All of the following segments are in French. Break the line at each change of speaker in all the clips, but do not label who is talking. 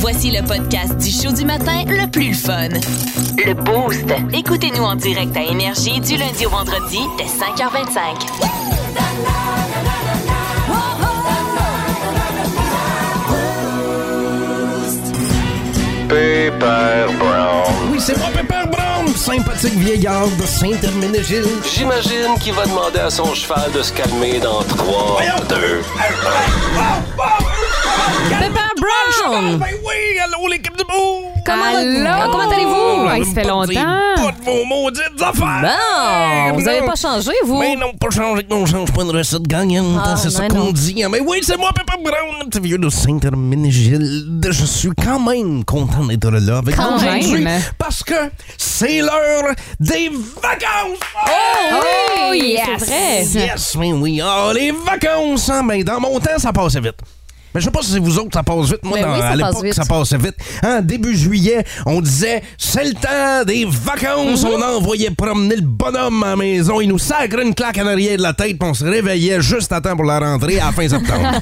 Voici le podcast du show du matin le plus fun. Le Boost. Écoutez-nous en direct à Énergie du lundi au vendredi dès 5h25.
Paper Brown.
Oui, c'est moi, Pepper Brown, sympathique vieillard de Saint-Herménégil.
J'imagine qu'il va demander à son cheval de se calmer dans 3, 2,
Pepper Brown!
Ben oui, allô, l'équipe du bout!
Comment,
Allô?
Ah, comment allez-vous?
Hey, ça fait longtemps.
Pas de vos maudites affaires!
Bon, vous avez
non.
pas changé, vous?
Mais non, pas changé que non, on change pas de recette gagnante, hein,
Ah,
c'est ça
non,
qu'on
non.
dit. Mais oui, c'est moi, Pepper Brown, le petit vieux de Saint-Herménégilde. Je suis quand même content d'être là avec
Quand
vous aujourd'hui
même.
parce que c'est l'heure des vacances!
Oh, yes!
c'est vrai.
Yes, mais oui. Ah, les vacances, hein, ben, dans mon temps, ça passait vite. Mais je sais pas si c'est vous autres, ça passe vite. Moi,
Ben
dans-
oui, ça
à
passe
l'époque,
vite.
ça passait vite. Hein, début juillet, on disait c'est le temps des vacances.
Mm-hmm.
On envoyait promener le bonhomme à la maison. Il nous sacrait une claque en arrière de la tête, puis on se réveillait juste à temps pour la rentrée à la fin septembre.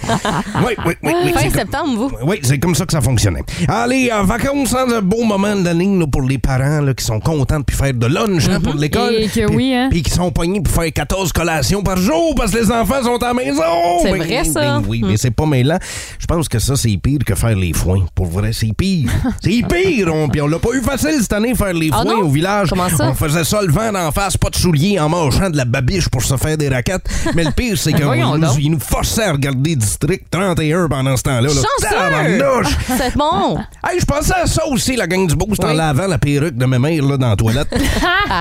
oui, oui, oui. oui
Fin
c'est comme-
septembre, vous?
oui, c'est comme ça que ça fonctionnait. Allez, euh, vacances, hein, un beau moment de la ligne là, pour les parents là, qui sont contents de puis faire de lunch
Mm-hmm.
hein, pour l'école.
Et que
Puis-
oui, hein.
Puis qui sont pognés pour faire 14 collations par jour parce que les enfants sont à la maison.
C'est
Ben,
vrai,
ben,
ça. Hmm.
oui, mais c'est pas mêlant. Je pense que ça, c'est pire que faire les foins. Pour vrai, c'est pire. c'est pire. On, puis on l'a pas eu facile cette année, faire les
Ah
foins
non?
au village.
Comment ça?
On faisait ça le vent en face, pas de souliers, en mangeant de la babiche pour se faire des raquettes. Mais le pire, c'est qu'ils
Voyons donc.
nous, ils nous forçaient à regarder District 31 pendant ce temps-là. là.
Chanceux!
Tabarnouche!
Ah, C'est bon!
Hey, je pensais à ça aussi, la gang du boost, en
Oui.
lavant la perruque de ma mère là, dans la toilette.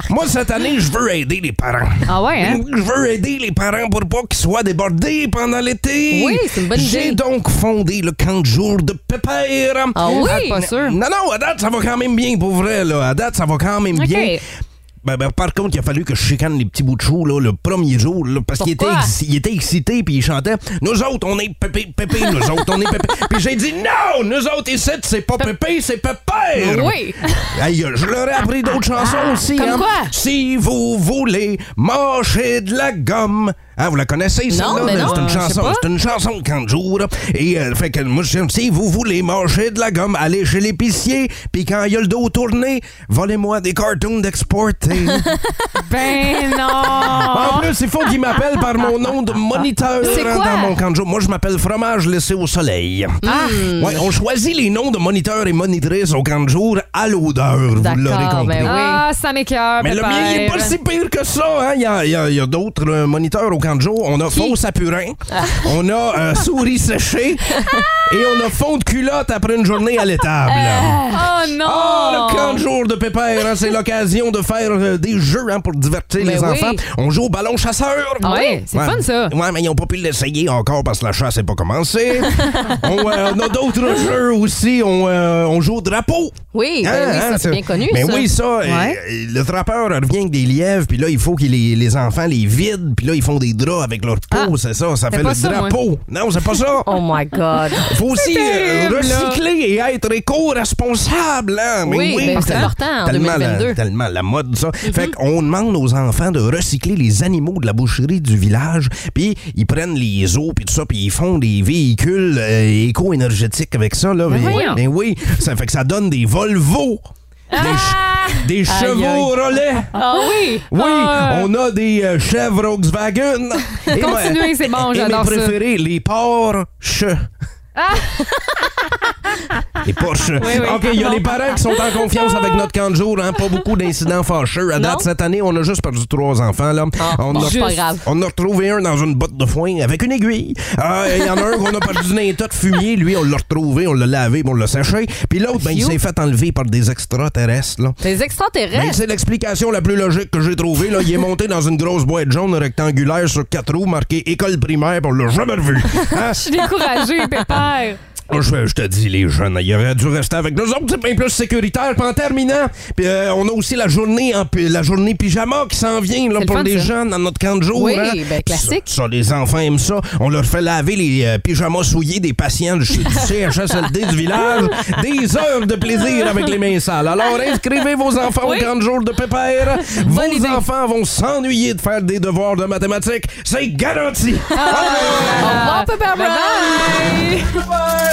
Moi, cette année, je veux aider les parents.
Ah ouais, hein?
Je veux aider les parents pour pas qu'ils soient débordés pendant l'été.
Oui, c'est une bonne
J'ai
idée.
donc fondé le camp de jour de Pépère.
Ah oui?
Pas sûr.
Non, non, à date, ça va quand même bien, pour vrai. Là. À date, ça va quand même
OK.
bien. Ben, ben, par contre, il a fallu que je chicane les petits bouts de chou là, le premier jour là, parce qu'il était,
Pourquoi?
exci- il était excité puis il chantait Nous autres, on est pépé, pépé, nous autres, on est pépé. Puis j'ai dit Non, nous autres ici, c'est pas pépé, c'est pépère.
Oui.
Aïe, je leur ai appris d'autres
Ah,
chansons aussi.
Comme
hein.
quoi?
Si vous voulez mâcher de la gomme. Ah, vous la connaissez, celle-là?
mais
là?
non,
c'est une
je sais
chanson.
pas.
C'est une chanson de 40 jours. Et euh, fait que moi, je dis, si vous voulez mâcher de la gomme, allez chez l'épicier. Puis quand il y a le dos tourné, volez-moi des cartoons d'exporter.
Ben
En
Ah.
non!
plus, il faut qu'il m'appelle par mon nom de moniteur
C'est
hein,
quoi?
dans mon canjo. Moi, je m'appelle Fromage laissé au soleil.
Hmm.
Ouais, on choisit les noms de moniteurs et monitrices au canjo à l'odeur, vous l'aurez
D'accord,
compris.
ben oui.
Ah, ben. ça m'écœure,
Mais le mien, il est pas si pire que ça. hein. Il y a, il y a- il y a d'autres euh, moniteurs au canjo. On a faux sapurin,
Ah.
on a euh, souris séchée et on a fond de culotte après une journée à l'étable.
Oh non!
Ah, le camp de jour de Pépère, hein, c'est l'occasion de faire euh, des jeux hein, pour divertir
Ben
les
oui.
enfants. On joue au ballon chasseur.
Ah ouais, c'est fun, ça.
Ouais, mais ils n'ont pas pu l'essayer encore parce que la chasse n'est pas commencée. on, euh, on a d'autres jeux aussi. On, euh, on joue au drapeau.
Oui, ben
Hein,
oui, ça,
hein,
c'est bien connu.
Mais
ça.
oui, ça. euh,
Ouais.
euh, le trappeur revient avec des lièvres, puis là, il faut que les, les enfants les vident, puis là, ils font des draps avec leur
Ah.
peau, c'est ça. Ça fait
pas
le
ça, moi.
drapeau. Non, c'est pas ça.
Oh my God.
Faut aussi euh,
terrible, là.
recycler et être éco-responsable. Hein? Mais
Oui, ben, c'est
tel-
important en
tellement
2022.
La, tellement la mode, ça.
Mhm.
Fait qu'on demande aux enfants de recycler les animaux de la boucherie du village, puis ils prennent les os, puis tout ça, puis ils font des véhicules euh, éco-énergétiques avec ça. Là.
Ben
Ben-
voyons.
ben oui, ça fait que ça donne des Volvo.
Ah!
Des, che- des chevaux relais.
Ah oui!
Oui,
Ah,
on a des euh, chèvres Volkswagen. Et ma-
Continuez, c'est bon,
et mes
j'adore ça. Ah.
préférés, les Porsche. Les Porsche.
oui,
OK, il y a
pardon.
les parents qui sont en confiance avec notre camp de jour. Hein, pas beaucoup d'incidents fâcheux. À date,
Non.
cette année, on a juste perdu trois enfants. Là.
Ah,
on,
bon, c'est pas
juste-
grave.
on a retrouvé un dans une botte de foin avec une aiguille. Ah, Il y en a un qu'on a perdu d'un tas de fumier. Lui, on l'a retrouvé, on l'a lavé, on l'a séché. Puis l'autre, ben, il
Phew.
s'est fait enlever par des extraterrestres. Là.
Les
Ben,
extraterrestres.
c'est l'explication la plus logique que j'ai trouvée. Là. Il est monté dans une grosse boîte jaune rectangulaire sur quatre roues marquée école primaire. puis On l'a jamais revu. Hein?
Je suis découragée, Pépère.
Oh, Je, je te dis, les jeunes, il aurait dû rester avec nous autres, c'est bien plus sécuritaire. Puis en terminant, puis, euh, on a aussi la journée en pi- la journée pyjama qui s'en vient là,
C'est le
pour
fun,
les
ça.
jeunes dans notre camp de jour.
Oui,
hein.
ben, classique.
Ça, ça, les enfants aiment ça. On leur fait laver les euh, pyjamas souillés des patients du, du CHSLD du village. Des heures de plaisir avec les mains sales. Alors inscrivez vos enfants
Oui.
au camp de jour de Pépère. Vos enfants vont s'ennuyer de faire des devoirs de mathématiques. C'est garanti.
Ah.
Bon, Pepper
Ben
Brown!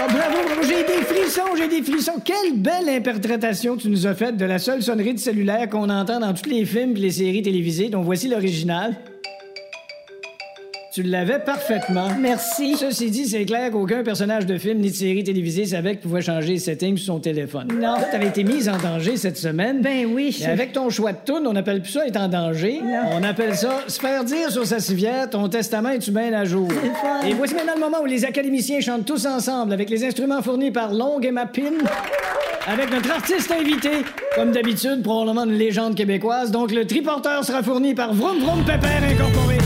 Ah, bravo, bravo, j'ai des frissons, j'ai des frissons. Quelle belle interprétation tu nous as faite de la seule sonnerie de cellulaire qu'on entend dans tous les films et les séries télévisées, dont voici l'original. Tu l'avais parfaitement.
Merci.
Ceci dit, c'est clair qu'aucun personnage de film ni de série télévisée savait que pouvait changer les settings sur son téléphone.
Non.
Toi, t'avais été mise en danger cette semaine.
Ben oui.
Mais
je-
avec ton choix de toune, on appelle plus ça être en danger. On appelle ça se faire dire sur sa civière ton testament est humain à jour.
fun.
Et voici maintenant le moment où les académiciens chantent tous ensemble avec les instruments fournis par Longue et Mapine. Avec notre artiste invité, comme d'habitude, probablement une légende québécoise, donc le triporteur sera fourni par Vroom Vroom Pépère Incorporé.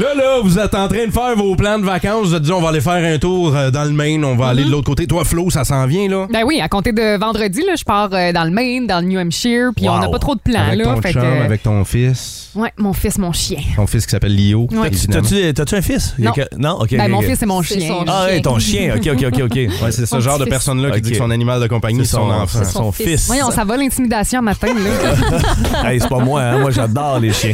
Là, là, vous êtes en train de faire vos plans de vacances. Vous êtes dit, on va aller faire un tour euh, dans le Maine, on va aller
Mhm.
de l'autre côté. Toi, Flo, ça s'en vient, là?
Ben oui, à compter de vendredi, là, je pars euh, dans le Maine, dans le New Hampshire, puis on n'a
Wow.
pas trop de plans.
Avec
là,
ton
fait
chum,
que-
avec ton fils.
Ouais, mon fils, mon chien.
Ton fils qui s'appelle Lio.
Ouais.
T'as-tu-
évidemment.
T'as-tu t'as-tu un fils? Il y a
Non.
que- Non? OK.
Ben,
ok,
mon
ok.
fils, c'est mon
C'est
chien.
son
Ah, ouais, ton chien. OK, OK, OK, OK.
Ouais, c'est ce
Mon
genre de
petit fils.
personne-là qui dit
Ok.
que son animal de compagnie, c'est son enfant.
C'est son fils.
Voyons, ça va l'intimidation à matin, là.
Hey, c'est pas moi, hein? Moi, j'adore les chiens.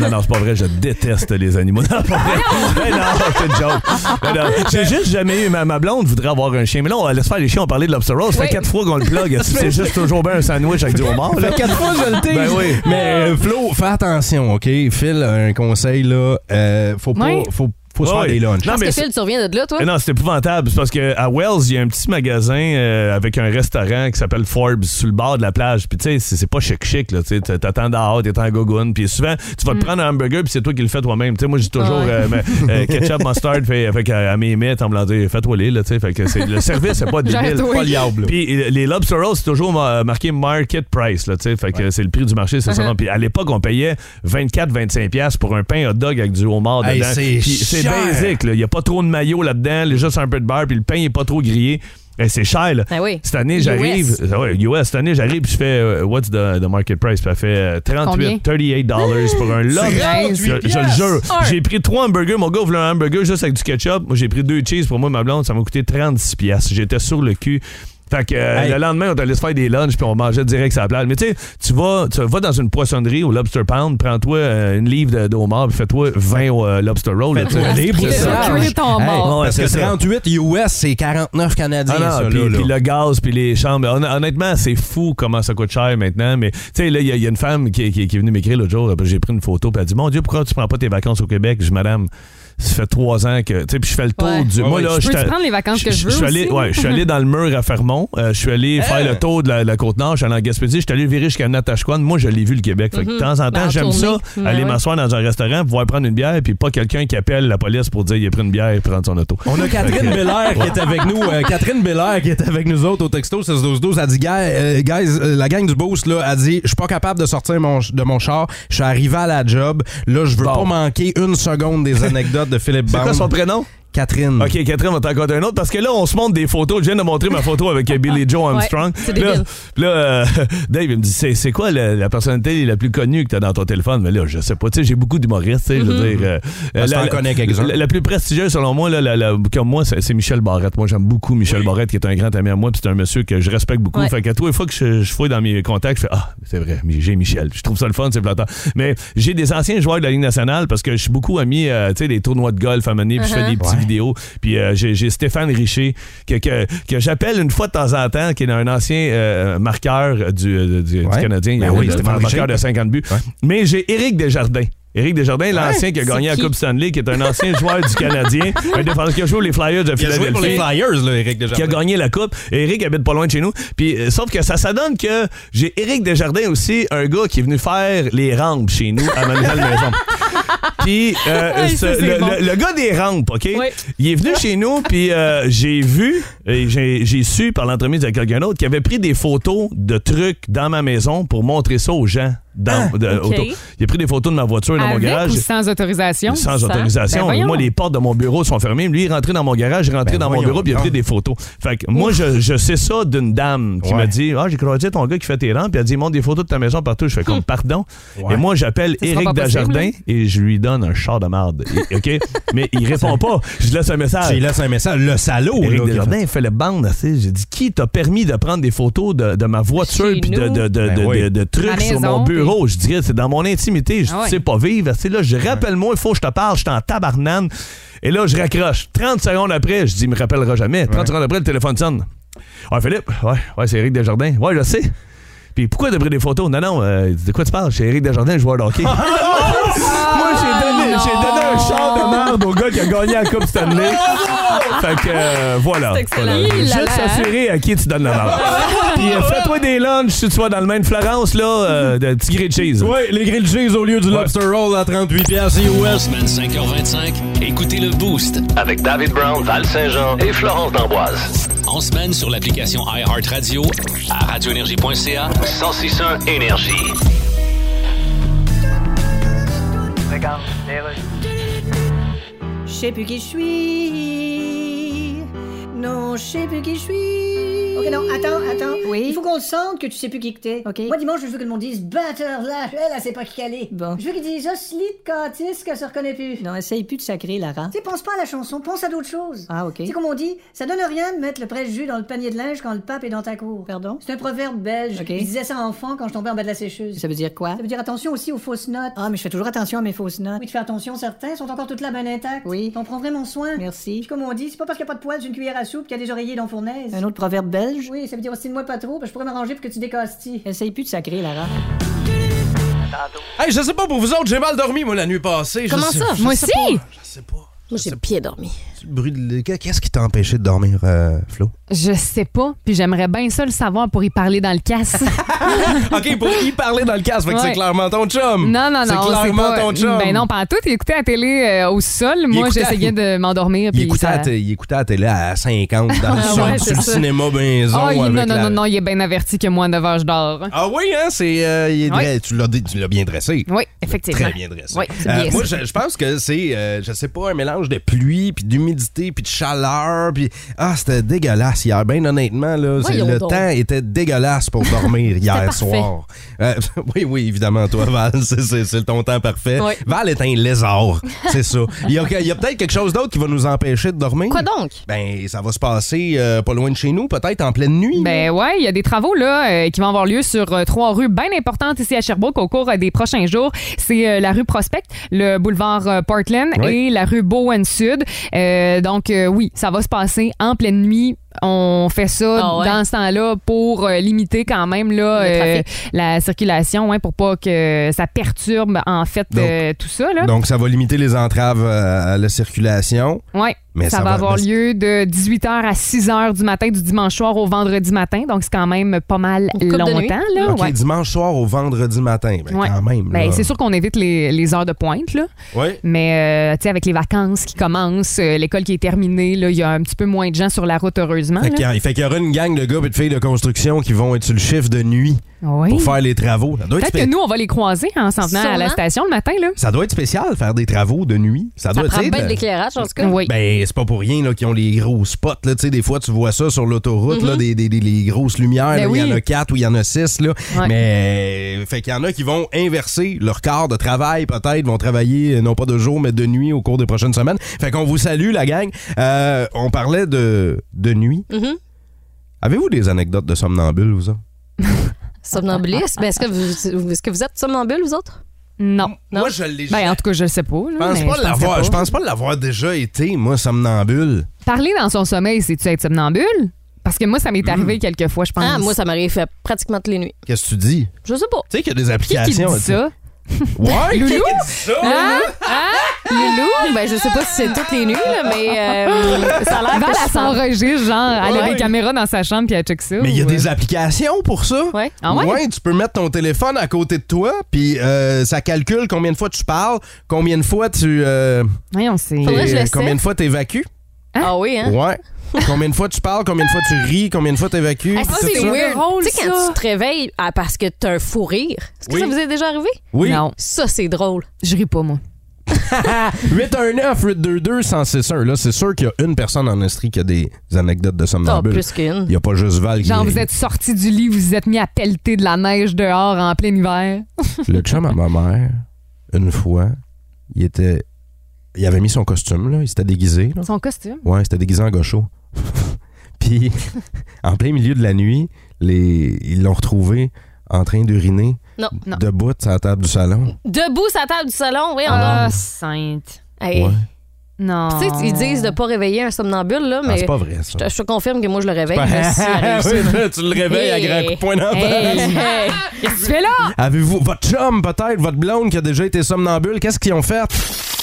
Non, non, c'est pas vrai, je déteste les animaux. Non, pas vrai. Mais non, c'est une joke. Mais non, J'ai juste jamais eu ma, ma blonde voudrait avoir un chien. Mais là, on laisse faire les chiens, on parlait de l'Obsterol. Ça fait
Oui.
quatre fois qu'on le plug. C'est juste toujours bien un sandwich avec du homard. là.
Quatre fois, je le
Ben oui.
Mais euh, Flo, fais attention, OK? Phil, un conseil, là. euh, faut pas.
Ouais.
Faut, faut se
Ouais,
faire
ouais.
des lunchs.
Non,
Parce
mais
que
c'est-
Phil, tu reviens de là, toi?
Mais non, c'est épouvantable. C'est parce qu'à Wells, il y a un petit magasin euh, avec un restaurant qui s'appelle Forbes sur le bord de la plage. Puis tu sais, c'est c'est pas chic-chic. là. Tu sais, t- T'attends dehors, t'es en gogoune. Puis souvent, tu vas te prendre un hamburger, puis c'est toi qui le fais toi-même. Tu sais, moi, j'ai toujours
Ouais.
euh, ma- euh, ketchup, mustard, fait, fait qu'à- à mes mets, en me disant, fais-toi les. Là, tu sais. fait que c'est- le service, c'est pas débile.
Gère-toi. Pas
liable, là.
Puis euh, les Lobster Rolls, c'est toujours ma- marqué market price. Là, tu sais, fait que c'est le prix du marché, c'est ça.
Uh-huh.
non? Puis à l'époque, on payait 24-25$ piastres pour un pain hot dog avec du homard
Hey,
dedans.
c'est
Puis c'est
cher.
basic. Il n'y a pas trop de maillot là-dedans, il y a juste un peu de beurre, puis le pain n'est pas trop grillé. Eh, c'est cher, là.
Ah oui.
Cette année,
US.
j'arrive. Ah Ouais, US, cette année, j'arrive, puis je fais euh, What's the, the market price? Puis elle fait euh, 38, 38 dollars pour un log. Je, je le jure. J'ai pris trois hamburgers. Mon gars voulait un hamburger juste avec du ketchup. Moi, j'ai pris deux cheese pour moi, ma blonde. Ça m'a coûté 36 piastres. J'étais sur le cul. Fait que euh,
Hey.
le lendemain, on t'allait se faire des lunchs puis on mangeait direct sa plage. Mais tu sais, tu vas, tu vas dans une poissonnerie au Lobster Pound, prends-toi euh, une livre de- d'homard puis fais-toi 20 au euh, Lobster Roll. là, tu sais.
Allez, pour
Fais-toi
ça.
cuire ton
Hey,
mort.
Parce
Ouais, c'est
que
ça.
38 US, c'est 49 Canadiens,
Ah non,
ça,
puis,
là, là.
puis le gaz, puis les chambres. Hon- Honnêtement, c'est fou comment ça coûte cher maintenant. Mais tu sais, là, il y, a- il y a une femme qui, qui- qui est venue m'écrire l'autre jour. puis J'ai pris une photo, puis elle dit Mon Dieu, pourquoi tu prends pas tes vacances au Québec Je dis, Madame, ça fait trois ans que. Tu sais, puis je fais le tour
Ouais.
du.
Ouais,
moi,
ouais.
là,
Je
j'étais-
peux prendre les vacances que je veux
suis allé,
aussi?
ouais, je suis allé dans le mur à Fermont. euh, je suis allé faire le tour de la, la Côte-Nord. Je suis allé en Gaspésie. Je suis allé virer jusqu'à Natashquan. Moi, je l'ai vu le Québec. Fait que
Mm-hmm.
de temps en temps,
Ben, en
j'aime ça.
tournée. Ouais,
aller
ouais.
m'asseoir dans un restaurant, pouvoir prendre une bière, puis pas quelqu'un qui appelle la police pour dire il a pris une bière et prendre son auto.
On a Catherine Belair qui est avec nous. euh, Catherine Belair qui est avec nous autres au texto 16-12-12. Elle dit, Guy- euh, guys, euh, la gang du boost, là, a dit, je suis pas capable de sortir mon, ch- de mon char. Je suis arrivé à la job. Là, je veux
Bon.
pas manquer une seconde des anecdotes de Philippe
C'est
Bond.
quoi son prénom?
Hmm.
Catherine.
OK, Catherine, on t'en compte un autre parce que là, on se montre des photos. Je viens de montrer ma photo avec euh, Billy Joe Armstrong.
c'est
là,
débile.
là, euh, Dave, il me dit c'est, c'est quoi la, la personnalité la plus connue que t'as dans ton téléphone Mais là, je sais pas. Tu sais, j'ai beaucoup d'humoristes. tu sais, Je veux
Mm-hmm.
dire. euh,
Parce que t'en connais quelques-uns.
la, la plus prestigieuse, selon moi, là, la- la- comme moi, c'est, c'est Michel Barrette. Moi, j'aime beaucoup Michel Barrette, qui est un grand ami à moi. Puis c'est un monsieur que je respecte beaucoup.
Ouais.
Fait que à tous les fois que je, je fouille dans mes contacts, je fais Ah, c'est vrai, mais j'ai Michel. Je trouve ça le fun, c'est platant. Mais j'ai des anciens joueurs de la Ligue nationale parce que je suis beaucoup ami, euh, tu sais, des tournois de golf à mener, puis je fais des petites vidéos. Puis euh, j'ai j'ai Stéphane Richer, que, que, que j'appelle une fois de temps en temps, qui est un ancien euh, marqueur du, du- du
Ouais.
Canadien. Il
Ben
y a
oui,
le
Stéphane
marqueur
Richer.
de 50 buts. Mais j'ai Éric Desjardins. Éric Desjardins, l'ancien qui a
C'est
gagné la
qui?
Coupe Stanley, qui est un ancien joueur du Canadien, un défenseur qui a joué pour les Flyers de
Il a
Philadelphie
joué pour les Flyers, là, Eric, déjà.
qui a gagné la coupe. Eric habite pas loin de chez nous. Puis euh, sauf que ça, ça donne que j'ai Eric Desjardins aussi, un gars qui est venu faire les rampes chez nous à ma nouvelle maison. Puis euh,
Oui, ça, c'est
ce- le,
bon.
le- le gars des rampes, ok.
Oui.
Il est venu chez nous puis euh, j'ai vu, et j'ai j'ai su par l'entremise de quelqu'un d'autre qu'il avait pris des photos de trucs dans ma maison pour montrer ça aux gens. Dans, de-
ok.
autour. Il a pris des photos de ma voiture dans mon
Ah,
garage.
Avec ou sans autorisation?
Sans autorisation.
Ben voyons.
moi, les portes de mon bureau sont fermées. Lui, il est rentré dans mon garage, il est rentré dans mon
Ben
bureau,
voyons
puis il a pris
donc.
des photos. Fait que moi, je, je sais ça d'une dame qui
Ouais.
m'a dit Ah, j'ai croisé ton gars qui fait tes rampes, puis elle dit Montre des photos de ta maison partout. Je fais comme Pardon.
Ouais.
Et moi, j'appelle
sera
Éric
pas possible, hein.
Dajardin et je lui donne un char de marde. Et- OK Mais il répond pas. Je laisse un
Il
message.
laisse un message, le salaud.
Éric
là, qui a
Desjardins, il fait le bande. tu sais. J'ai dit Qui t'a permis de prendre des photos de, de ma voiture
Chez
puis de,
nous.
de- de-
Ben
de-
oui.
de- de trucs
À la
sur
maison,
mon bureau? Je dirais, c'est dans mon intimité. Je
Ah ouais.
sais pas vivre. C'est là, je rappelle-moi, il faut que je te parle. Je suis en tabarnane. Et là, je raccroche. 30 secondes après, je dis, il me rappellera jamais. 30 secondes après, le téléphone sonne. Ouais, Philippe. Ouais, ouais c'est Eric Desjardins. Ouais, je sais. Puis pourquoi t'as pris des photos? Non, non, euh, de quoi tu parles? C'est Eric Desjardins, joueur de hockey. Moi, j'ai donné,
non.
j'ai donné un char de merde au gars qui a gagné la Coupe Stanley. fait que euh, voilà.
C'est excellent.
Voilà.
Hi là
Juste
là.
s'assurer à qui tu donnes la merde. Puis euh, fais-toi des lunchs si tu vas dans le main de Florence, là, euh, de petits grilled cheese.
Ouais, les grilled cheese au lieu du lobster roll à 38 pièces US.
Semaine 5h25, écoutez le Boost avec David Brown, Val Saint-Jean et Florence D'Amboise. En semaine sur l'application iHeartRadio à radioénergie.ca 1061 énergie.
Je sais plus qui je suis. Non, je sais plus qui je suis. Ok, non, attends, attends.
Oui.
Il faut qu'on sente que tu sais plus qui que t'es.
Ok.
Moi, dimanche, je veux que le monde dise batteur là. Elle, elle sait pas qui elle est. Bon. Je veux qu'il dise Osli de Cantiste que ça reconnaît plus.
Non, essaye plus de sacrer, Lara.
Tu sais, pense pas à la chanson, pense à d'autres choses.
Ah, OK.
C'est comme on dit, ça donne rien de mettre le presse-jus dans le panier de linge quand le pape est dans ta cour.
Pardon?
C'est un proverbe belge.
OK.
Je disais ça enfant quand je tombais en bas de la sécheuse.
Ça veut dire quoi?
Ça veut dire attention aussi aux fausses notes.
Ah, mais je fais toujours attention à mes fausses notes.
Oui, tu fais attention, certains sont encore toutes là, ben intactes.
Oui.
T'en prends vraiment soin. Puis
Merci.
comme on dit, c'est pas parce qu'il n'y a pas de poils d'une cuillère à soupe qu'il y a des oreillers dans la fournaise.
Un autre proverbe belge?
Oui, ça veut dire
oh,
aussi de moi pas trop, parce que je pourrais m'arranger pour que tu décastilles.
Essaye plus de sacrer, Lara.
Hey, je sais pas pour vous autres, j'ai mal dormi, moi, la nuit passée. Je
Comment
sais-
ça?
Je
Moi
sais
aussi.
pas, Je sais pas.
Moi, j'ai pied dormi.
Le bruit de- Qu'est-ce qui t'a empêché de dormir, euh, Flo?
Je sais pas, puis j'aimerais bien ça le savoir pour y parler dans le casse.
OK, pour y parler dans le casque, fait que
Ouais.
c'est clairement ton chum.
Non, non, non.
C'est clairement
pas-
ton chum.
Ben non, pas en tout. Il écoutait la télé euh, au sol. Moi,
écoutait-
j'essayais de m'endormir.
il
puis
écoutait,
ça-
à la télé- il écoutait à la télé à 50 dans le
Ah
sol,
ouais,
sur
c'est
le
ça.
cinéma maison.
Ah, il- non,
avec
non,
la-
non, non, il est bien averti que moi, à 9 h, je dors.
Ah oui, hein? C'est, euh, il est
Ouais.
dre- tu, l'as, dé- tu l'as bien dressé.
Oui, effectivement.
Très bien dressé.
Oui, c'est
Euh,
bien
moi,
ça.
je, je pense que c'est, euh, je sais pas, un mélange de pluie, puis d'humidité, puis de chaleur, puis... Ah, c'était dégueulasse hier. Ben honnêtement, là, c'est-
Voyons
le
donc.
temps était dégueulasse pour dormir hier
parfait.
soir. Euh, oui, oui, évidemment, toi, Val, c'est, c'est- c'est ton temps parfait.
Oui.
Val est un lézard, c'est ça. Il y a, il y a peut-être quelque chose d'autre qui va nous empêcher de dormir.
Quoi donc?
Ben, ça va se passer euh, pas loin de chez nous, peut-être en pleine nuit.
Ben ouais, il y a des travaux là euh, qui vont avoir lieu sur euh, trois rues bien importantes ici à Sherbrooke au cours euh, des prochains jours. C'est euh, la rue Prospect, le boulevard euh, Portland
Oui.
et la rue Bowen Sud. Euh, donc euh, oui, ça va se passer en pleine nuit. On fait ça
Ah ouais?
dans ce temps-là pour euh, limiter quand même là,
Le
euh,
trafic.
la circulation, hein, pour pas que ça perturbe en fait
Donc-
euh, tout ça. Là.
Donc, ça va limiter les entraves euh, à la circulation.
Ouais.
Mais
ça,
ça
va
va-
avoir
mais-
lieu de 18h à 6h du matin du dimanche soir au vendredi matin. Donc, c'est quand même pas mal
Une couple de nuit.
longtemps. Là.
OK,
Ah, Ouais.
dimanche soir au vendredi matin. Ben,
Ouais.
quand même.
Ben,
là.
c'est sûr qu'on évite les, les heures de pointe, là.
Ouais.
mais euh, tu sais, avec les vacances qui commencent, euh, l'école qui est terminée, là, il y a un petit peu moins de gens sur la route, heureusement.
Fait
là.
qu'il y a- fait qu'il y aura une gang de gars et de filles de construction qui vont être sur le chiffre de nuit
Oui.
pour faire les travaux. Ça doit être,
Peut-être
spé-
que nous, on va les croiser en s'en venant à la
Sûrement.
station le matin. Là.
ça doit être spécial faire des travaux de nuit. Ça,
Ça
doit
prend
tu sais,
bien de
de-
l'éclairage, en tout cas.
Oui.
Ben, c'est pas pour rien là, qu'ils ont les gros spots. Là. Tu sais, Des fois, tu vois ça sur l'autoroute, là, des, des- des- les grosses lumières.
Mm-hmm. Ben
là, Il y en
oui.
a quatre ou il y en a six. Là.
Ouais.
Mais euh, fait qu'il y en a qui vont inverser leur quart de travail, peut-être, vont travailler euh, non pas de jour, mais de nuit au cours des prochaines semaines. Fait qu'on vous salue, la gang. Euh, on parlait de, de
Mm-hmm.
nuit.
Mhm.
Avez-vous des anecdotes de somnambule, vous autres?
Somnambuliste. Ben, est-ce que, vous, est-ce que vous êtes somnambule, vous autres?
Non.
Non. Moi,
je l'ai
Ben, en tout cas, je le sais pas. là,
Je pense
mais
pas
penserais
l'avoir.
pas.
Je pense pas l'avoir déjà été, moi, somnambule.
Parler dans son sommeil, c'est-tu être somnambule? Parce que moi, ça
Hmm.
m'est arrivé quelques fois, je pense.
Ah, moi, ça m'arrive euh, pratiquement toutes les nuits.
Qu'est-ce que tu dis?
Ah, Je sais pas.
Tu sais qu'il y a des
Qui qui dit
applications. tu sais.
ça? Ben,
Ouais?
Loulou?
Ça,
Hein? Hein? Loulou?
Ben, je sais pas si c'est toutes les nuits, là, mais euh, ça a l'air
Val,
que
elle
je sens-
s'enregistre, genre, elle a
Ouais.
des caméras dans sa chambre puis elle check ça.
Mais il y a
ou,
des
euh,
applications pour ça.
Ouais. Ah ouais?
tu peux mettre ton téléphone à côté de toi, puis euh, ça calcule combien de fois tu parles, combien de fois tu. euh,
Voyons, c'est.
Faudrait que je
t'es- euh,
le
combien de fois t'évacues.
Ah oui, hein?
Ouais. combien de fois tu parles, combien de fois tu ris, combien de fois t'évacues.
Ah,
puis
ça,
tout
c'est
ça.
weird.
drôle,
tu sais, quand
ça.
tu te réveilles ah, parce que t'as un fou rire, est-ce que
Oui.
ça vous est déjà arrivé?
Oui.
Non,
Ça, c'est drôle.
je ris pas, moi.
819 822 161 Là, c'est sûr qu'il y a une personne en Estrie qui a des anecdotes de
T'as
somnambule.
plus qu'une.
Il n'y a pas juste Val qui
Genre, vous êtes sortis du lit, vous vous êtes mis à pelleter de la neige dehors en plein hiver.
Le chum à ma mère, une fois, il était. Il avait mis son costume, là. Il s'était déguisé, là.
Son costume.
Ouais, c'était déguisé en gaucho. Puis, en plein milieu de la nuit, les, ils l'ont retrouvé en train d'uriner
Non,
non.
debout sur la table du salon.
Debout sur la table du salon, oui, on a.
Ah, sainte.
Hey.
Ouais.
Non.
Tu sais, ils disent de pas réveiller un somnambule, là,
Ah,
mais
c'est pas vrai, ça.
je, te- je te confirme que moi, je le réveille.
Ben,
mais si, elle
oui,
réussit.
là, tu le réveilles à grands coups de poing dans la face.
Hey, hey.
Qu'est-ce que tu fais là?
Avez-vous votre chum, peut-être, votre blonde qui a déjà été somnambule? Qu'est-ce qu'ils ont fait?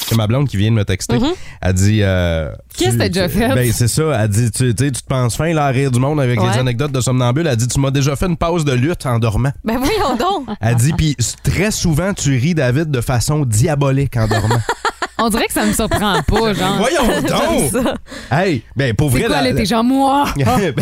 C'est ma blonde qui vient de me texter.
Mm-hmm.
Elle dit. euh,
Qu'est-ce
tu-
que t'as déjà
tu-
fait?
Ben, c'est ça. Elle dit tu, tu sais, tu te penses fin là, à rire du monde avec
Ouais.
les anecdotes de somnambule. Elle dit Tu m'as déjà fait une pause de lutte en dormant.
Ben voyons donc.
Elle dit Puis très souvent, tu ris, David, de façon diabolique en dormant.
On dirait que ça me surprend pas, genre.
Voyons donc! hey, ben, pour vrai.
C'est quoi,
la-
là, t'es Ah, genre, moi?
Ben-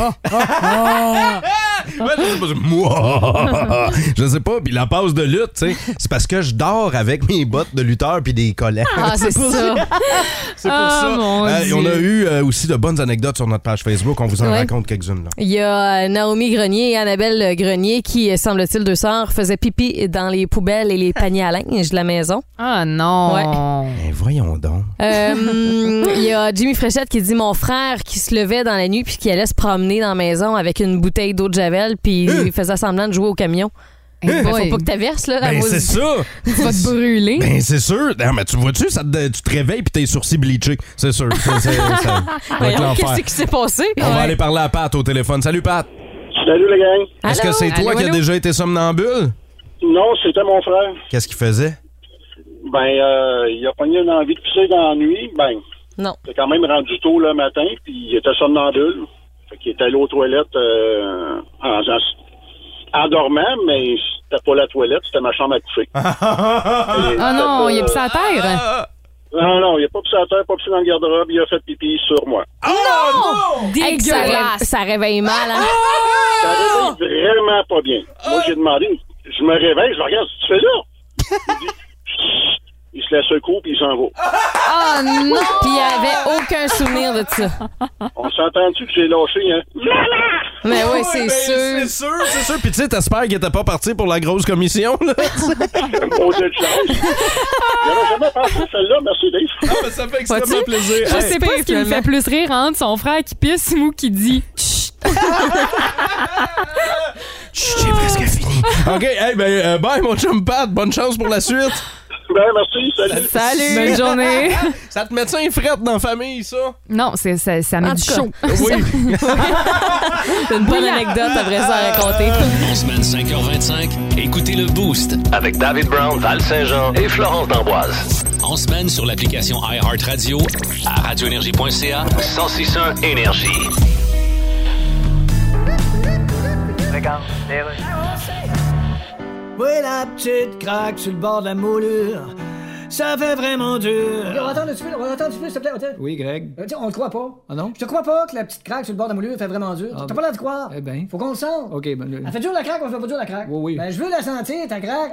ah,
Ouais, je sais pas, je- Mouah! Je sais pas, puis la pause de lutte, tu sais, c'est parce que je dors avec mes bottes de lutteur puis des collants.
Ah, c'est ça.
C'est pour
Ah,
ça.
mon
Euh, et on a
Dieu.
eu euh, aussi de bonnes anecdotes sur notre page Facebook. On vous en
Ouais.
raconte quelques-unes. là.
Il y a euh, Naomi Grenier et Annabelle Grenier qui, euh, semble-t-il, deux sœurs, faisaient pipi dans les poubelles et les paniers à linge de la maison.
Ah non.
Ben, voyons donc.
Euh, Il y a Jimmy Fréchette qui dit Mon frère qui se levait dans la nuit puis qui allait se promener dans la maison avec une bouteille d'eau de Javel puis il faisait semblant de jouer au camion.
Eh
Il
boy,
Faut pas que t'averses, là,
Ah,
la
Ben, c'est
maudite-
ça!
tu vas te brûler.
Ben, c'est sûr! Non, mais tu vois-tu, ça te- tu te réveilles puis tes sourcils bleachés. C'est sûr. C'est- c'est- ça va être
Voyons,
l'enfer.
Qu'est-ce qui s'est passé?
On va aller parler à Pat au téléphone. Salut, Pat!
Salut les gang.
Est-ce que
Allô?
c'est
Allô,
toi qui as
allô?
déjà été somnambule?
Non, c'était mon frère.
Qu'est-ce qu'il faisait?
Ben, euh, il a pogné une envie de pisser dans la nuit. Ben,
Non.
c'était quand même rendu tôt le matin, puis il était somnambule. Fait qu'il était allé aux toilettes euh, en, en- en dormant, mais c'était pas la toilette, c'était ma chambre à coucher. Et
Ah non, il a pissé à terre.
Ah,
Non, non, il a pas pissé à terre, pas pissé dans le garde-robe, il a fait pipi sur moi.
Hey, que ça, ré- ça réveille mal. hein?
Ça
Oh!
réveille vraiment pas bien. Moi, j'ai demandé, je me réveille, je le regarde, tu fais là? Il dit, Chut. il se la secoue, puis il s'en va.
Ah non! Puis il avait aucun souvenir de ça.
On s'entend-tu que j'ai lâché, hein?
Mais oui, c'est
ben, C'est
sûr.
sûr, c'est sûr. Puis tu sais, t'espères qu'il était pas parti pour la grosse commission, là.
Mon Dieu de chance. J'avais jamais pensé à celle-là. Merci, Dave.
ça fait
extrêmement
plaisir.
Je sais pas ce qui me fait plus rire entre son frère qui pisse ou qui dit.
J'ai presque fini. OK, hey, ben, euh, bye, mon chum Pat. Bonne chance pour la suite.
Ben, merci. Salut.
Salut! Bonne journée!
Ça te met ça un fret dans la famille, ça?
Non, c'est- ça, ça met
En
du
tout cas, ah.
chaud.
Oui.
C'est une bonne anecdote après ça à raconter.
En semaine 5h25, écoutez le Boost.
Avec David Brown, Val Saint-Jean et Florence D'Amboise.
En semaine sur l'application iHeartRadio, à radioénergie.ca.
1061 Énergie.
Oui, la petite craque sur le bord de la moulure. Ça fait vraiment dur. Euh, On attend un petit peu, on attend un petit peu, s'il te plaît. Oui, Greg. on le croit pas. Ah non? Je te crois pas que la petite craque sur le bord de la moulure fait vraiment dur. T'as pas l'air de croire. Eh ben. Faut qu'on le sente. OK, ben. Elle fait dur la craque ou elle fait pas dur la craque? Oui, oui. Ben, je veux la sentir, ta craque.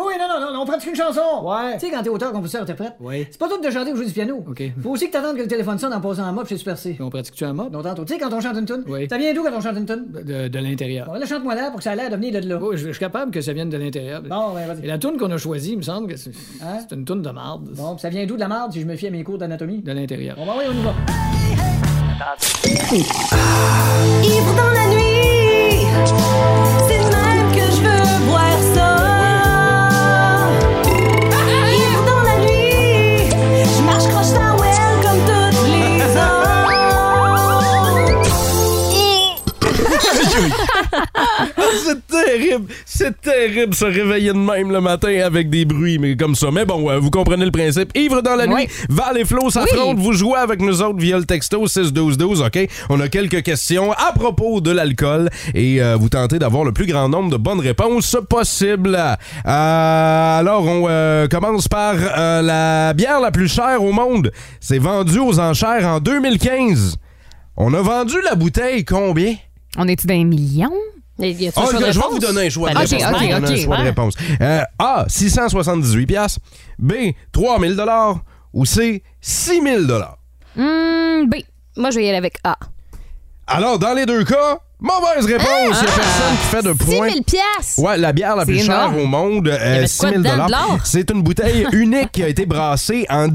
Oui, oui, non, non, non, non, on pratique une chanson. Ouais. Tu sais, quand t'es auteur, compositeur, interprète. Oui. C'est pas tout de chanter ou jouer du piano. OK. Faut aussi que t'attendes que le téléphone sonne en posant un mop chez Super C. On pratique-tu un mop? Non, tantôt. Tu sais, quand on chante une tune. Oui. Ça vient d'où quand on chante une tune? De, l'intérieur. Bon, là, chante-moi là pour que ça a l'air de venir de là. Oui, je, je suis capable que ça vienne de l'intérieur. Bon, ben, vas-y. Et la tune qu'on a choisie, il me semble que c'est c'est une tune de marde. Bon, pis ça vient d'où de la marde si je me fie à mes cours d'anatomie? De l'intérieur. Bon, ben, oui, on y va.
Ivre dans la nuit, c'est le même que je veux boire ça. Ivre dans la nuit, je marche croche dans well comme toutes les autres.
c'est terrible. C'est terrible se réveiller de même le matin avec des bruits mais comme ça. Mais bon, euh, vous comprenez le principe. Ivre dans la nuit, Val et Flo s'affrontent. Vous jouez avec nous autres via le texto 6-12-12, OK? On a quelques questions à propos de l'alcool et euh, vous tentez d'avoir le plus grand nombre de bonnes réponses possible. Euh, alors, on euh, commence par euh, la bière la plus chère au monde. C'est vendu aux enchères en 2015. On a vendu la bouteille combien?
On est-tu d'un million?
Y
Ah, je, je vais vous donner un choix
Ah,
de réponse. Je vais vous donner un choix de réponse. Euh, a, 678 piastres. B, 3000 dollars. Ou C, 6000 dollars.
Hmm, B. Moi, je vais y aller avec A.
Alors, dans les deux cas, mauvaise réponse. Il n'y a personne qui fait de
6000
point.
Ah! piastres!
Ouais, la bière la
C'est
plus chère
énorme.
au monde,
Il y avait
euh,
de
6
quoi
000
dedans, de l'or?
C'est une bouteille unique qui a été brassée en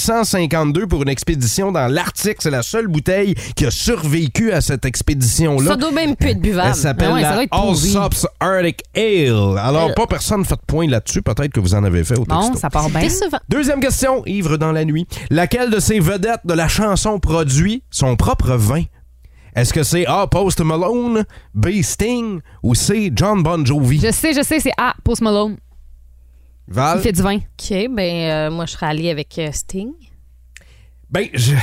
1852 pour une expédition dans l'Arctique. C'est la seule bouteille qui a survécu à cette expédition-là.
Ça doit même plus être buvable.
Elle s'appelle
Ah ouais, ça doit
la
être pourri.
Allsops Arctic Ale. Alors, pas personne fait de point là-dessus. Peut-être que vous en avez fait au texto.
part bien.
Deuxième question, ivre dans la nuit. Laquelle de ces vedettes de la chanson produit son propre vin? Est-ce que c'est A. Post Malone, B. Sting ou C. John Bon Jovi?
Je sais, je sais, c'est A, Post Malone.
Val?
Il fait du vin.
OK, ben euh, moi, je serais alliée avec euh, Sting.
Ben, je,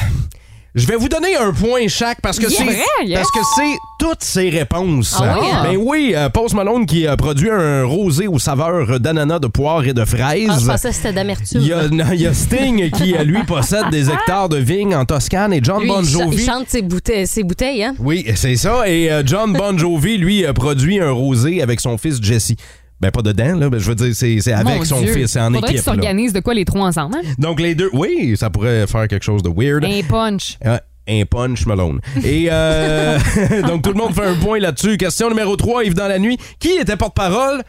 je vais vous donner un point chaque parce que
Yeah,
c'est
vrai, yeah.
parce que c'est toutes ces réponses.
Ah oui, hein?
Ben oui, euh, Post Malone qui a produit un rosé aux saveurs d'ananas, de poire et de fraises.
Ah, je pensais que c'était d'amertume.
Il y, a, non, il y a Sting qui, euh, lui, possède des hectares de vignes en Toscane et John
Lui,
Ah, Bon
il, cha-
Jovi.
il chante ses bouteilles, ses bouteilles hein?
Oui, c'est ça. Et euh, John Bon Jovi, lui, a produit un rosé avec son fils Jesse. Ben, pas dedans, là. Ben, je veux dire, c'est c'est avec
Mon
son
Dieu.
fils, c'est en
Faudrait qu'ils
équipe. là.
s'organisent de quoi les trois ensemble, hein?
Donc, les deux, oui, ça pourrait faire quelque chose de weird.
Un punch.
Euh, un punch Malone. Et euh, donc, tout le monde fait un point là-dessus. Question numéro 3, Yves dans la nuit. Qui était porte-parole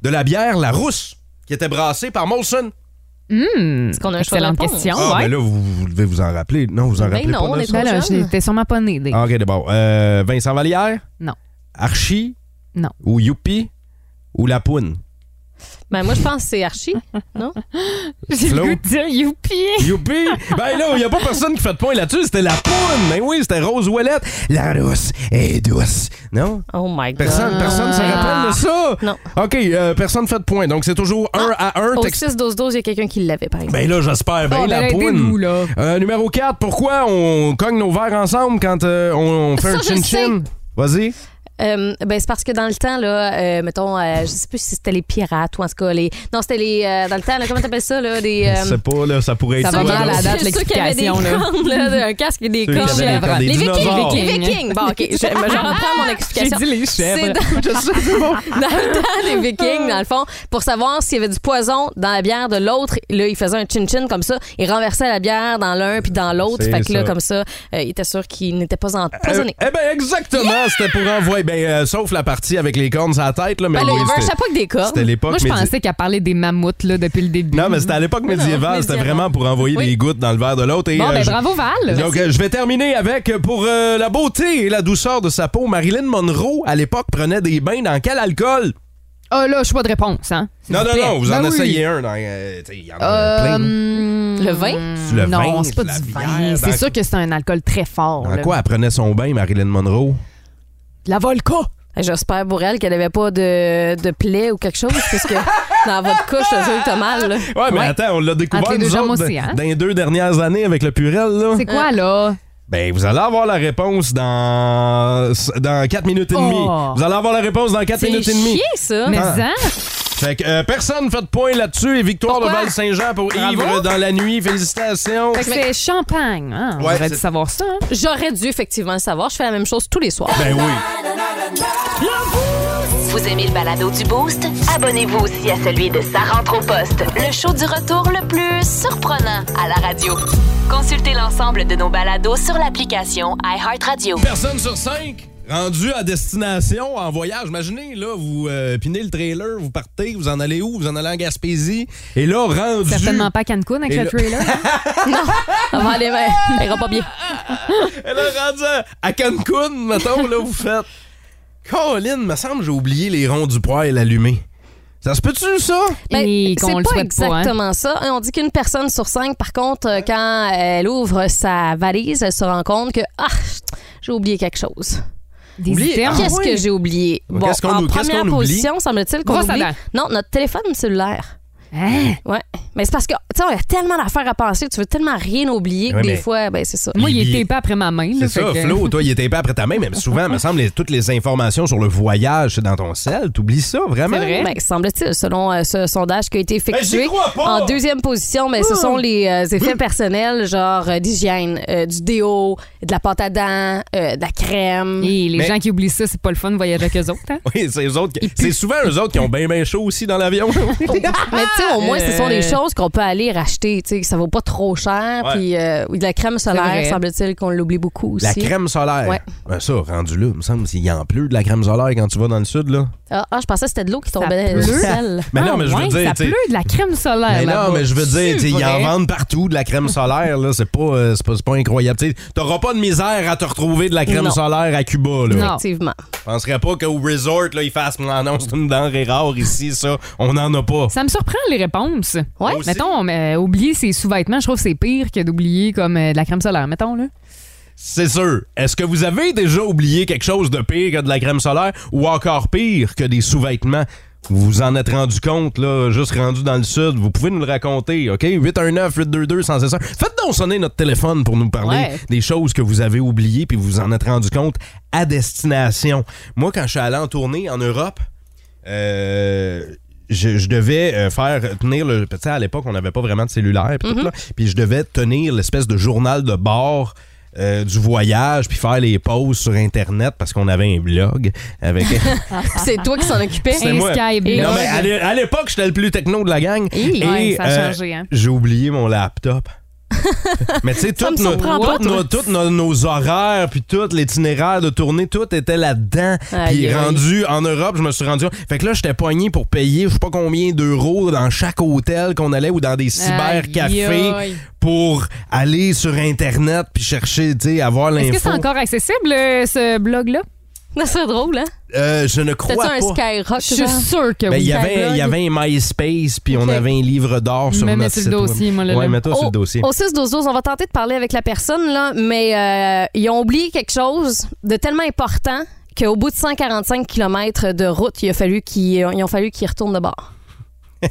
de la bière La Rousse, qui était brassée par Molson?
Hum.
Hmm. qu'on a un choix de
Excellente
réponse?
question,
ah,
ouais.
ben là, vous, vous devez vous en rappeler. Non, vous en
Ben
rappelez
non,
pas.
on
là,
est
ça?
Ben là,
jeune.
j'étais sûrement pas né. des-
Ah, Ok, d'abord. Euh, Vincent Vallière?
Non.
Archie?
Non.
Ou Youpi? Ou La Poune?
Ben moi, je pense que c'est Archie, non?
J'ai le
Flo?
goût de dire youpi.
Youpi! Ben là, il n'y a pas personne qui fait de point là-dessus. C'était La Poune! Ben oui, c'était Rose Ouellette. La Rousse est douce. Non?
Oh my God.
Personne, personne se rappelle de ça?
Non. Ah,
OK, euh, personne fait de point. Donc, c'est toujours 1 à 1.
Au 6-12-12, il y a quelqu'un qui l'avait, par exemple.
Ben là, j'espère bien
Bon, ben
la
là,
poune.
aidez-nous, là.
Euh, numéro 4, pourquoi on cogne nos verres ensemble quand euh, on, on fait
Ça,
un
je le
chin-chin? Vas-y.
Euh, ben, c'est parce que dans le temps, là, euh, mettons, euh, je sais plus si c'était les pirates ou en tout cas les. Non, c'était les. euh, dans le temps, là, comment t'appelles ça, là? Des. euh,
Ben, C'est pas, là, ça pourrait
Ça
être
va
toi,
mal à
là.
la date,
ceux qui avaient des
l'explication, là.
cornes, là, un casque et des
Ceux qui
cornes. euh,
avaient des cornes, des
les
dinosaures.
vikings, les vikings. Bon, ok, je, je reprends mon explication.
J'ai dit les chèvres.
C'est Dans, dans le temps des vikings, dans le fond, pour savoir s'il y avait du poison dans la bière de l'autre, là, ils faisaient un chin-chin comme ça, ils renversaient la bière dans l'un puis dans l'autre.
C'est
Fait que là,
ça.
comme ça, euh, ils étaient sûrs qu'ils n'étaient pas
Euh,
empoisonnés.
eh ben exactement, c'était pour envoyer. Ben, euh, sauf la partie avec les cornes à la tête, là, mais
Ben là,
oui,
il y avait un
c'était-
chapeau avec des cornes.
c'était l'époque.
Moi, je
médi-
pensais qu'elle parlait des mammouths là, depuis le début.
Non, mais c'était à l'époque médiévale, c'était
médiévale.
vraiment pour envoyer
Oui.
des gouttes dans le verre de l'autre. et,
Bon,
euh,
ben
je-
bravo, Val.
Donc, euh, je vais terminer avec, euh, pour euh, la beauté et la douceur de sa peau, Marilyn Monroe, à l'époque, prenait des bains dans quel alcool?
Ah là, je pas de réponse, hein? S'il
Non,
vous
non,
plaît.
non, vous
Ben
en
oui.
essayez un. dans, euh, t'sais, Il y en a
Euh,
plein.
Le vin?
Tu le vin,
Hmm. non, c'est pas
la
du vin.
bière, dans-
C'est sûr que c'est un alcool très fort.
Dans
là.
quoi elle prenait son bain, Marilyn Monroe?
De La Volca.
J'espère pour elle qu'elle n'avait pas de, de plaie ou quelque chose, parce que dans votre couche, je jure que t'as mal. là.
Ouais, mais
Ouais.
attends, on l'a découvert
Entre les deux
nous
jambes
autres,
aussi, hein?
dans les deux dernières années avec le Purel. Là.
C'est quoi, là?
Ben, vous allez avoir la réponse dans, dans 4 minutes et
Oh.
demie. Vous allez avoir la réponse dans 4
C'est
minutes et demie.
chier, ça.
Mais hein?
Attends.
ça?
Fait que euh, personne fait de point là-dessus et victoire de
Pourquoi?
Val-Saint-Jean pour
Bravo.
Ivre dans la nuit. Félicitations.
Fait que c'est champagne. hein? On
Ouais,
aurait dû
c'est-
savoir ça. hein?
J'aurais dû effectivement le savoir. Je fais la même chose tous les soirs.
Ben oui.
Vous aimez le balado du Boost? Abonnez-vous aussi à celui de Sa rentre au poste, le show du retour le plus surprenant à la radio. Consultez l'ensemble de nos balados sur l'application iHeartRadio.
Personne sur cinq rendu à destination en voyage. Imaginez, là, vous euh, pinez le trailer, vous partez, vous en allez où? Vous en allez en Gaspésie. Et là, rendu...
Certainement pas à Cancun avec
Et
le
là-
trailer. hein?
On va aller, ben, ça ira pas bien.
Et là, rendu à- à Cancun, mettons, là, vous faites... Colin, me semble que j'ai oublié les ronds du poêle allumés. Ça se peut-tu, ça?
Ben,
Et
c'est
qu'on le
pas
souhaite pas. hein?
exactement ça. On dit qu'une personne sur cinq, par contre, euh, quand elle ouvre sa valise, elle se rend compte que ah, j'ai oublié quelque chose.
Des
Oublié.
items.
Qu'est-ce
Ah oui.
que j'ai oublié?
Qu'est-ce
Bon,
qu'on
en
ou- qu'est-ce
première
qu'on oublie?
position, semble-t-il qu'on
Brosse à
oublie...
dents.
Non, notre téléphone cellulaire.
Hein?
Ouais. Mais c'est parce que, tu sais, on a tellement d'affaires à penser, tu veux tellement rien oublier que
Ouais,
des
mais-
fois, ben c'est ça.
Moi, il
Oublié.
était pas après ma main. là,
C'est ça,
fait que-
Flo, toi, il était pas après ta main, mais souvent, me semble, les- toutes les informations sur le voyage, c'est dans ton sel. T'oublies ça, vraiment?
Ben, semble-t-il, selon euh, ce sondage qui a été
Ben,
effectué.
j'y crois pas!
En deuxième position, mais ce sont les euh, effets personnels, genre euh, d'hygiène, euh, du déo, de la pâte à dents, euh, de la crème.
Et les gens qui oublient ça, c'est pas le fun de voyager avec eux autres. hein.
Oui, c'est eux autres. qui- C'est souvent eux autres qui ont bien, bien chaud aussi dans l'avion.
Mais tu sais, au moins, ce sont des
Euh.
choses qu'on peut aller racheter. Tu sais, que ça vaut pas trop cher.
Ah! Ouais.
Puis, euh, oui, de la crème
vrai.
solaire, semble-t-il qu'on l'oublie beaucoup aussi.
La crème solaire.
Ouais.
Ben, ça, rendu là, me semble, s'il y en pleut de la crème solaire quand tu vas dans le sud, là.
Ah, ah, je pensais que c'était de l'eau qui tombait
pleut.
du ciel.
Mais non, mais je veux
ouais,
dire,
Ça
tu sais-
pleut de la crème
Euh,
solaire.
Mais
là-bas.
non, mais je veux dire, tu sais, ils en
vrai?
vendent partout de la crème solaire, là. C'est pas, euh, c'est pas, c'est pas incroyable. Tu n'auras pas de misère à te retrouver de la crème
Non.
solaire à Cuba, là.
Effectivement.
Je penserais pas qu'au resort, là, ils fassent Non, non, c'est une denrée rare ici, ça. On n'en a pas.
Ça me surprend les réponses.
Ouais.
aussi.
Mettons, euh, oublier ses sous-vêtements, je trouve que c'est pire que d'oublier comme euh, de la crème solaire, mettons là.
C'est sûr. Est-ce que vous avez déjà oublié quelque chose de pire que de la crème solaire ou encore pire que des sous-vêtements? Vous vous en êtes rendu compte, là, juste rendu dans le sud. Vous pouvez nous le raconter, OK? 819-822-165. Faites donc sonner notre téléphone pour nous parler
Ouais.
des choses que vous avez oubliées puis vous vous en êtes rendu compte à destination. Moi, quand je suis allé en tournée en Europe, euh, je, je devais euh, faire tenir le. Tu sais, à l'époque, on n'avait pas vraiment de cellulaire. Puis tout, là. Puis je devais tenir l'espèce de journal de bord. euh, du voyage, puis faire les pauses sur Internet parce qu'on avait un blog avec.
C'est toi qui s'en occupais.
C'était moi.
Skyblog.
Non, mais à l'é- à l'époque, j'étais le plus techno de la gang.
Hi. Ouais, ça a
euh,
changé, hein.
J'ai oublié mon laptop. mais tu sais,
Ça me
toutes nos,
surprend pas,
toutes nos-
toi.
toutes nos- nos horaires, puis tout l'itinéraire de tournée, tout était là-dedans.
Aïe,
Puis
aïe.
rendu en Europe, je me suis rendu. Fait que là, j'étais pogné pour payer, je sais pas combien d'euros dans chaque hôtel qu'on allait ou dans des cybercafés
Aïe, aïe.
pour aller sur Internet puis chercher, tu sais, avoir
Est-ce que c'est
l'info.
encore accessible euh, ce blog là
Non, C'est drôle, hein?
Euh, je ne crois
T'as-tu
pas.
un Skyrock?
Je suis
genre?
sûre que
Ben, il,
oui.
y avait,
Skyblog.
il y avait un MySpace, puis on
Ok.
avait un livre d'or sur
Mais mets
notre
sur
site
le dossier,
web.
moi, là, Oh,
Ouais,
là.
mets-toi sur le dossier.
Au 6 12 Oh, on va tenter de parler avec la personne, là, mais euh, ils ont oublié quelque chose de tellement important qu'au bout de 145 km de route, il a fallu qu'ils ils ont fallu qu'ils retournent de bord.
Euh,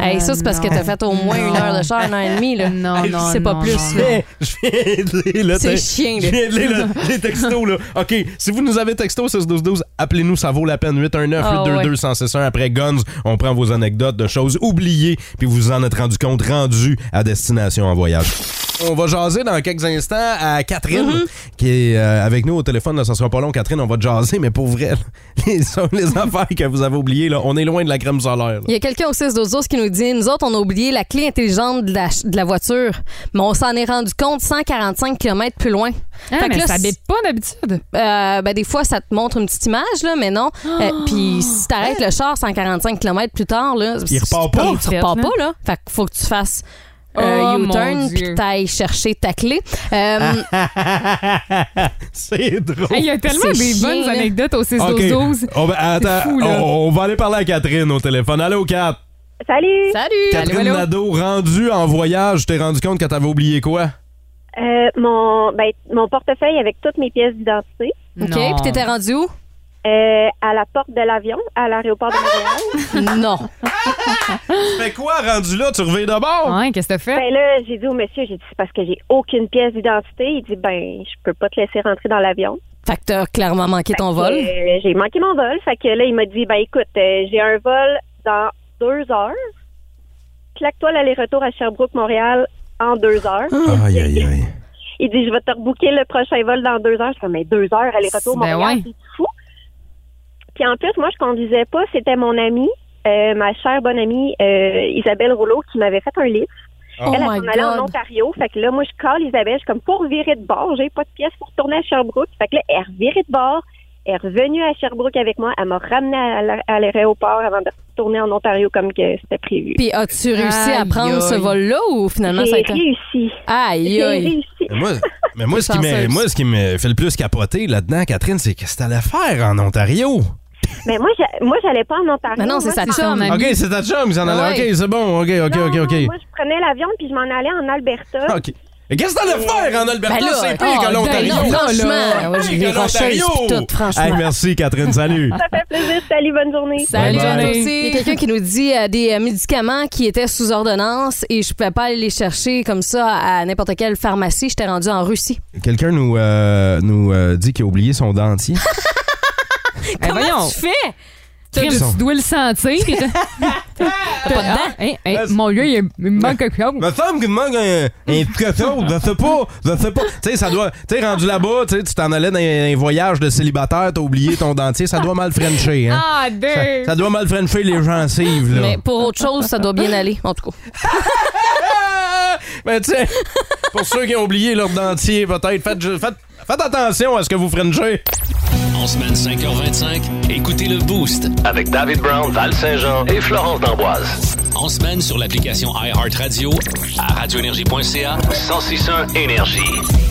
Hey, ça, c'est parce que t'as fait au moins une heure de char, une heure et demie. Là.
Non, non,
C'est pas
non,
plus.
non,
là.
Eh, Je viens de lire, là,
C'est
t'as-
chiant, là.
Je viens de lire, là, les textos, là. OK, si vous nous avez texto 61212, appelez-nous, ça vaut la peine. 819
Ah,
822 1061 Après Guns, on prend vos anecdotes de choses oubliées, puis vous vous en êtes rendu compte, rendu à destination en voyage. On va jaser dans quelques instants à Catherine, qui est euh, avec nous au téléphone. Là, ça sera pas long, Catherine, on va te jaser, mais pour vrai, là, les, les affaires que vous avez oubliées, là, on est loin de la crème solaire. là.
Il y a quelqu'un au 6 12 qui nous dit Nous autres, on a oublié la clé intelligente de la, ch- de la voiture, mais on s'en est rendu compte 145 km plus loin.
Ah,
Fait que
mais
là,
ça bip pas d'habitude.
Euh, ben, des fois, ça te montre une petite image, là, mais non. Euh, Puis si t'arrêtes le char 145 km plus tard, là,
Il repart
tu-
pas.
Tu repars pas, là. Fait qu'il faut que tu fasses euh,
Oh, mon
U-turn
Dieu.
puis t'ailles chercher ta clé.
Ah.
Euh,
C'est drôle.
Hey, Il y a tellement
C'est
des
chiant,
bonnes
là.
anecdotes au 6
OK.
12
On va, attends,
fou, là.
on, on va aller parler à Catherine au téléphone. Allô, Cat.
Salut!
Salut!
Catherine
allô.
Nadeau, rendue en voyage, t'es rendu compte que t'avais oublié quoi?
Euh, mon, ben, mon portefeuille avec toutes mes pièces d'identité
OK, puis t'étais rendu où?
euh, à la porte de l'avion à l'aéroport de Montréal.
non.
Tu fais quoi, rendu là? Tu reviens de bord?
Ouais, qu'est-ce que t'as fait?
ben là, j'ai dit au monsieur, j'ai dit, c'est parce que j'ai aucune pièce d'identité. Il dit, ben, je peux pas te laisser rentrer dans l'avion.
Fait que t'as clairement manqué ton
Fait que,
vol.
euh, j'ai manqué mon vol. Fait que là, il m'a dit, ben, écoute, euh, j'ai un vol dans deux heures. Claque-toi l'aller-retour à Sherbrooke-Montréal en deux heures.
Ah.
Aïe, aïe, aïe.
Il dit, je vais te rebooker le prochain vol dans deux heures. Je fais, mais deux heures, aller-retour,
Ben
Montréal,
ouais.
c'est fou. Puis en plus, moi, je conduisais pas. C'était mon amie, euh, ma chère bonne amie euh, Isabelle Rouleau, qui m'avait fait un livre.
Oh
elle,
my
elle s'en allait en
God.
Ontario. Fait que là, moi, je colle Isabelle. Je suis comme, pour virer de bord, j'ai pas de pièce pour tourner à Sherbrooke. Fait que là, elle revirait de bord. Elle est revenue à Sherbrooke avec moi. Elle m'a ramenée à la- à l'aéroport avant de retourner en Ontario comme que c'était prévu.
Puis as-tu réussi à
Aïe,
prendre ce
aïe.
vol-là ou finalement
J'ai
ça a été.
réussi.
Aïe,
J'ai
aïe.
réussi.
Mais moi, mais moi,
T'es
ce qui me,
chanceuse.
moi, ce qui me fait le plus capoter là-dedans, Catherine, c'est qu'est-ce que t'allais faire en Ontario?
Mais moi, j'a- moi, j'allais pas en Ontario.
Mais non, c'est
Moi,
sa
C'est son
chum.
ami.
OK, c'est ta chum, ils en allaient.
Ah Ouais. Ah
OK, c'est bon. OK, OK,
Non,
OK,
non,
OK.
Moi, je prenais l'avion puis je m'en allais en Alberta.
OK. Mais Qu'est-ce que t'en as faire en Alberta?
Ben là,
c'est
oh,
pire qu'en
ben
Ontario.
non, franchement,
C'est
ouais,
pire
j'ai des
qu'en
rocheuses
Ontario.
pis tout, franchement.
Hey, merci, Catherine. Salut.
Ça fait plaisir. Salut, bonne journée.
Salut, Bye-bye. Johnny.
Il y a quelqu'un qui nous dit euh, des euh, médicaments qui étaient sous ordonnance et je pouvais pas aller les chercher comme ça à n'importe quelle pharmacie. J'étais rendu en Russie.
Quelqu'un nous, euh, nous euh, dit qu'il a oublié son dentier.
Comment tu fais? Crime,
Son-
Ben, tu dois le sentir. T'as pas de dents? Hein, hein, mon gars, il il me manque quelque chose.
me semble qu'il me manque un, un petit autre. Je sais pas. Je sais pas. Tu sais, ça doit. Tu sais, rendu là-bas, tu sais, tu t'en allais dans un, un voyage de célibataire, t'as oublié ton dentier. Ça doit mal frencher. Hein?
Ah,
Ça,
deux!
ça doit mal frencher les gencives, là.
Mais pour autre chose, ça doit bien aller, en tout cas.
Ben, tu sais, pour ceux qui ont oublié leur dentier, peut-être, faites, ju- faites, faites attention à ce que vous frenchez.
En semaine 5h25, écoutez le Boost.
Avec David Brown, Val Saint-Jean et Florence d'Amboise.
En semaine sur l'application iHeartRadio à radioénergie.ca
1061 Énergie.